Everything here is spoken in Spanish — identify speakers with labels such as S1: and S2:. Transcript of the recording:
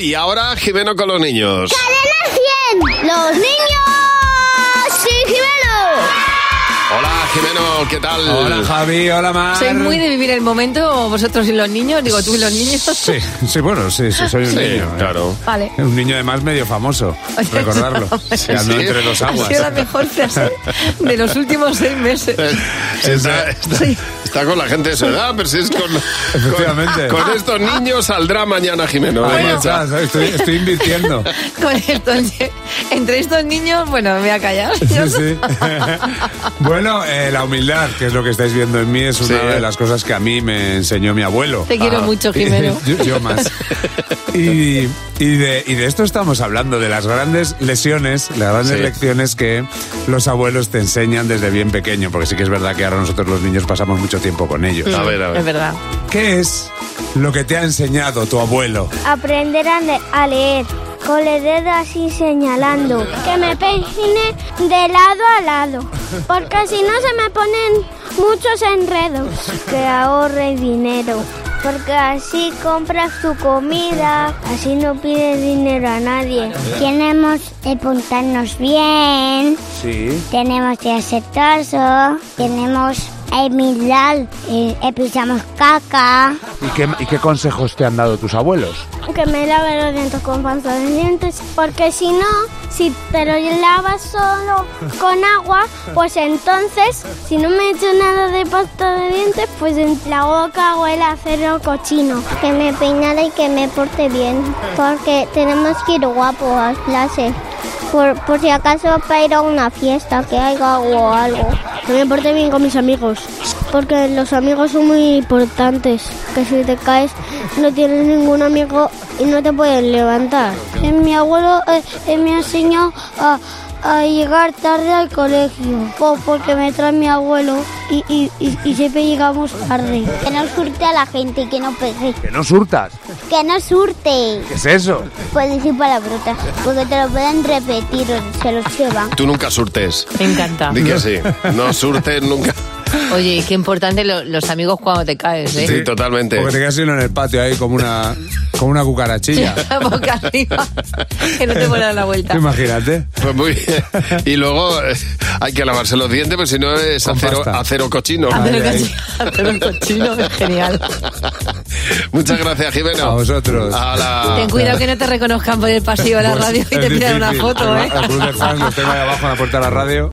S1: Y ahora Jimeno con los niños.
S2: ¡Cadena 100! ¡Los niños! ¡Sí,
S1: Hola Jimeno, ¿qué tal?
S3: Hola Javi, hola Mar.
S4: Soy muy de vivir el momento, vosotros y los niños, digo tú y los niños.
S3: Sí, sí, bueno, sí, sí, soy un
S1: Sí,
S3: niño. ¿eh?
S1: claro.
S4: Vale.
S3: Un niño además medio famoso,
S4: Oye,
S3: recordarlo.
S4: no,
S3: Que
S4: sí,
S3: andó
S1: sí.
S3: entre dos
S4: Ha
S3: aguas.
S4: sido la mejor frase de los últimos seis meses.
S1: Está, está-
S4: Sí.
S1: está con la gente de su edad, pero si es con,
S3: Efectivamente.
S1: con, con estos niños saldrá mañana Jimeno. de
S3: Ahí
S1: marcha.
S3: está, ¿sabes? estoy, estoy invirtiendo.
S4: Con esto, entre estos niños, bueno, me voy a callar.
S3: Sí, sí. Bueno, eh, la humildad, que es lo que estáis viendo en mí, es una
S1: Sí.
S3: de las cosas que a mí me enseñó mi abuelo.
S4: Te quiero mucho, Jimeno.
S3: Ah, yo, yo más. Y, y de, y de esto estamos hablando, de las grandes lesiones, las grandes
S1: Sí.
S3: lecciones que los abuelos te enseñan desde bien pequeño, porque sí que es verdad que ahora nosotros los niños pasamos mucho tiempo con ellos.
S1: A ver, a ver.
S4: Es verdad.
S3: ¿Qué es lo que te ha enseñado tu abuelo?
S2: Aprender a, ne- a leer con el dedo así señalando. Que me peine de lado a lado, porque si no se me ponen muchos enredos. Que ahorre dinero, porque así compras tu comida, así no pides dinero a nadie. Tenemos que apuntarnos bien.
S3: Sí.
S2: Tenemos que hacer caso, tenemos a mirar, pisamos caca.
S3: ¿Y qué, consejos te han dado tus abuelos?
S2: Que me lave los dientes con pasta de dientes, porque si no, si te lo lavas solo con agua, pues entonces, si no me echo nada de pasta de dientes, pues en la boca huele a cerdo cochino. Que me peinara y que me porte bien, porque tenemos que ir guapo a clase. Por, por si acaso para ir a una fiesta, que haya o algo. Que me porte bien con mis amigos, porque los amigos son muy importantes. Que si te caes no tienes ningún amigo y no te puedes levantar. mi abuelo eh, eh, me enseñó a, a llegar tarde al colegio, po- porque me trae mi abuelo y, y- y- y siempre llegamos tarde. Que no surte a la gente, que no pegue.
S3: Que no surtas.
S2: Que no surte.
S3: ¿Qué es eso?
S2: Puedes decir palabrotas, porque te lo pueden repetir, se los llevan.
S1: Tú nunca surtes.
S4: Me encanta.
S1: Di que sí. No surtes nunca.
S4: Oye, y qué importante lo- los amigos cuando te caes, ¿eh?
S1: Sí, totalmente.
S3: Porque te quedas solo en el patio ahí como una, como una cucarachilla.
S4: Boca arriba, que no te vuelan la vuelta.
S3: Imagínate.
S1: Pues muy bien. Y luego eh, hay que lavarse los dientes, porque si no es
S3: Con
S1: acero,
S3: pasta.
S1: acero cochino.
S4: Hacer el
S3: Ay, ay.
S4: cochino- hacer el cochino es genial.
S1: Muchas gracias, Jimeno.
S3: A vosotros.
S1: Hala.
S4: Ten cuidado que no te reconozcan por el pasillo de la
S3: Ah, Pues
S4: radio y
S3: es
S4: te pidan una
S3: difícil.
S4: foto, ¿eh?
S3: Los fans los tengo ahí abajo en la puerta de la radio.